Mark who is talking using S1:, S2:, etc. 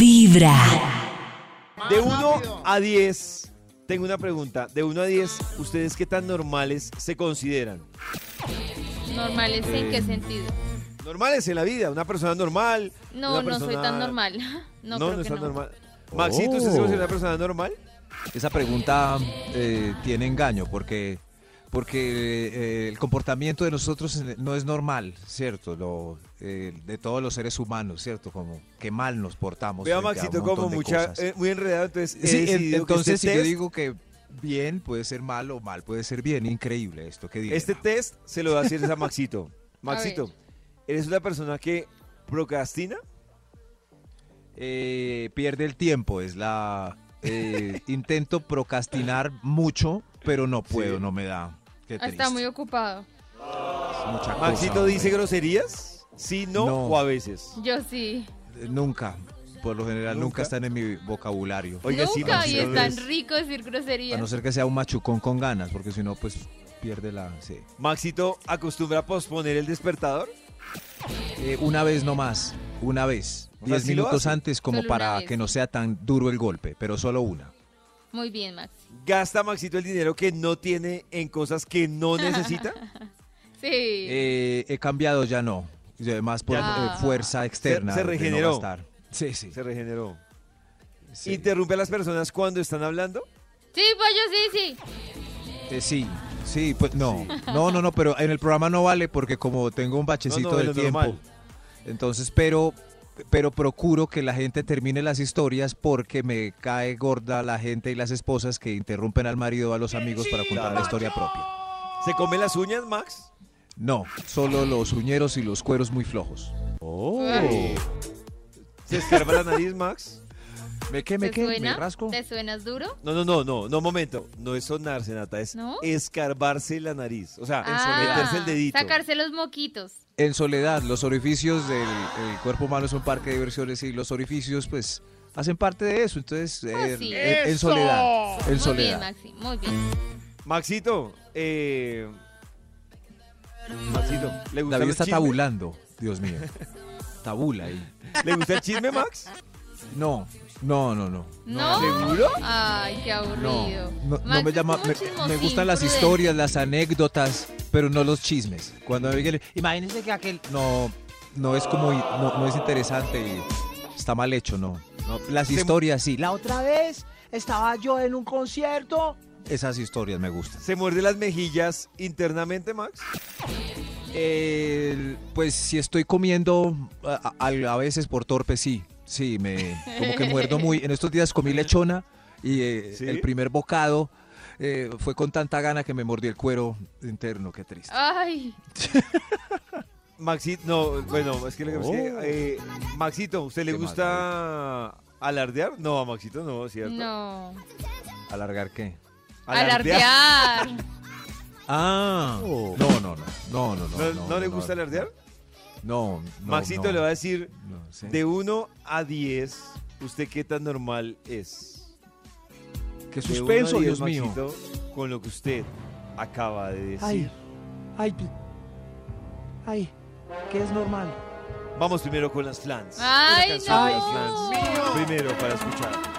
S1: Vibra.
S2: De 1 a 10, tengo una pregunta. De 1 a 10, ¿ustedes qué tan normales se consideran?
S3: ¿Normales en
S4: Eh,
S3: qué sentido?
S2: Normales en la vida, una persona normal.
S3: No,
S2: una
S3: no soy
S2: persona-
S3: tan normal.
S2: No,
S3: No, creo
S2: no,
S3: que
S2: es tan
S3: no.
S2: normal. Maxito, ¿usted se
S4: Oh.
S2: considera una persona normal?
S4: Esa pregunta eh, tiene engaño porque, porque eh, el comportamiento de nosotros no es normal, ¿cierto? Lo, eh, de todos los seres humanos, ¿cierto? Como que mal nos portamos.
S2: Veo a
S4: frente
S2: Maxito
S4: un
S2: como
S4: montón de
S2: mucha,
S4: cosas.
S2: eh, muy enredado, entonces. he
S4: Sí, en-
S2: decidido que
S4: entonces si
S2: este
S4: yo
S2: test-
S4: digo que bien puede ser mal o mal puede ser bien, increíble esto que digo.
S2: Este test se lo haces a Maxito. Maxito,
S3: ver.
S2: ¿eres una persona que procrastina?
S4: Eh, pierde el tiempo, es la... eh, intento procrastinar mucho, pero no puedo, no me da. Qué
S3: Ah,
S4: triste.
S3: Está muy ocupado.
S4: Mucha cosa,
S2: ¿Maxito dice
S4: hombre.
S2: groserías? Sí, no,
S4: No.
S2: o a veces.
S3: Yo sí.
S4: Eh, Nunca. Por lo general nunca,
S2: ¿Nunca?
S4: están en mi vocabulario.
S2: Oiga, sí,
S3: Nunca, y
S2: Maxito,
S3: es tan
S2: es-
S3: rico decir
S4: A
S3: groserías.
S4: no ser que sea un machucón con ganas, porque si no, pues pierde la... sí.
S2: Maxito acostumbra a posponer el despertador.
S4: Eh, una vez nomás, una vez.
S2: O sea,
S4: Diez
S2: sí lo
S4: minutos
S2: hace.
S4: antes como
S3: Solo una
S4: para
S3: vez.
S4: que no sea tan duro el golpe, pero solo una.
S3: Muy bien, Max.
S2: ¿Gasta Maxito el dinero que no tiene en cosas que no necesita?
S3: Sí.
S4: Eh, he cambiado ya no. Y además por
S3: Ya.
S4: eh, fuerza externa.
S2: se
S4: de no
S2: regeneró.
S4: gastar. Sí, sí.
S2: Se regeneró.
S4: sí.
S2: ¿Interrumpe a las personas cuando están hablando?
S3: Sí, pues yo sí, sí.
S4: Eh, sí, sí, pues no. No, no, no, pero en el programa no vale porque como tengo un
S2: No,
S4: bachecito
S2: no,
S4: de
S2: lo
S4: tiempo.
S2: normal.
S4: Entonces, pero pero procuro que la gente termine las historias porque me cae gorda la gente y las esposas que interrumpen al marido o a los amigos para contar la historia propia.
S2: ¿Se come las uñas, Max?
S4: No, solo los uñeros y los cueros muy flojos. Oh.
S3: Ay,
S2: ¿Se escarba la nariz, Max?
S4: ¿Me qué, me
S3: ¿Te
S4: qué? ¿Me
S3: suena?
S4: rasco?
S3: ¿Te suenas duro?
S2: No, no, no, no, no, momento. No es sonarse, Nata, es
S3: ¿No?
S2: escarbarse la nariz. O sea,
S3: Ah,
S2: meterse el dedito.
S3: Sacarse los moquitos.
S4: En soledad, los orificios del el cuerpo humano es un parque de diversiones y los orificios, pues, hacen parte de eso. Entonces, eh,
S3: Ah, sí.
S4: en, en soledad. En
S3: muy bien,
S4: soledad.
S3: Maxi. Muy bien.
S2: Maxito, eh... Maxito, ¿le gusta,
S4: David
S2: el
S4: está
S2: chisme?
S4: tabulando, Dios mío. Tabula ahí.
S2: ¿Le gusta el chisme, Max?
S4: No, no, no, no.
S3: ¿No?
S2: ¿Seguro?
S3: Ay, qué
S4: No,
S3: aburrido.
S4: no, no
S3: Max
S4: me
S3: es
S4: llama.
S3: como
S4: Me,
S3: chismosín,
S4: me gustan las
S3: prudente.
S4: historias, las anécdotas, pero no los chismes. Cuando me digan, imagínense que aquel. No, no es como. No, no es interesante y está mal hecho, no. No, las
S2: Se-
S4: historias sí. La-
S5: La otra vez estaba yo en un concierto.
S4: esas historias me gustan.
S2: ¿Se muerde las mejillas internamente, Max?
S4: El- pues si estoy comiendo a, a- a veces por torpe, sí. Sí, me como que muerdo muy. En estos días comí lechona y eh,
S2: ¿Sí?
S4: el primer bocado eh, fue con tanta gana que me mordió el cuero interno. Qué triste.
S3: Ay,
S2: Maxito, no, bueno, es que lo que pasa es que, eh, Maxito, ¿usted le
S4: Oh. Qué
S2: gusta alardear? No, a Maxito no, ¿cierto?
S3: no.
S4: ¿Alargar qué?
S3: Alardear.
S4: Ah,
S2: Oh.
S4: no, no, no, no, no,
S2: ¿No,
S4: no.
S2: no le gusta alardear?
S4: No, no,
S2: Maxito
S4: no,
S2: le va a decir,
S4: no sé.
S2: de 1 a 10, ¿usted qué tan normal es?
S4: qué
S2: De uno a
S4: suspenso,
S2: diez,
S4: Dios mío.
S2: Maxito, con lo que usted acaba de decir.
S5: Ay, ay, pi- ay, que es normal.
S2: Vamos primero con las flans.
S3: Ay,
S2: Una canción de
S3: no.
S2: las flans. Primero para escuchar.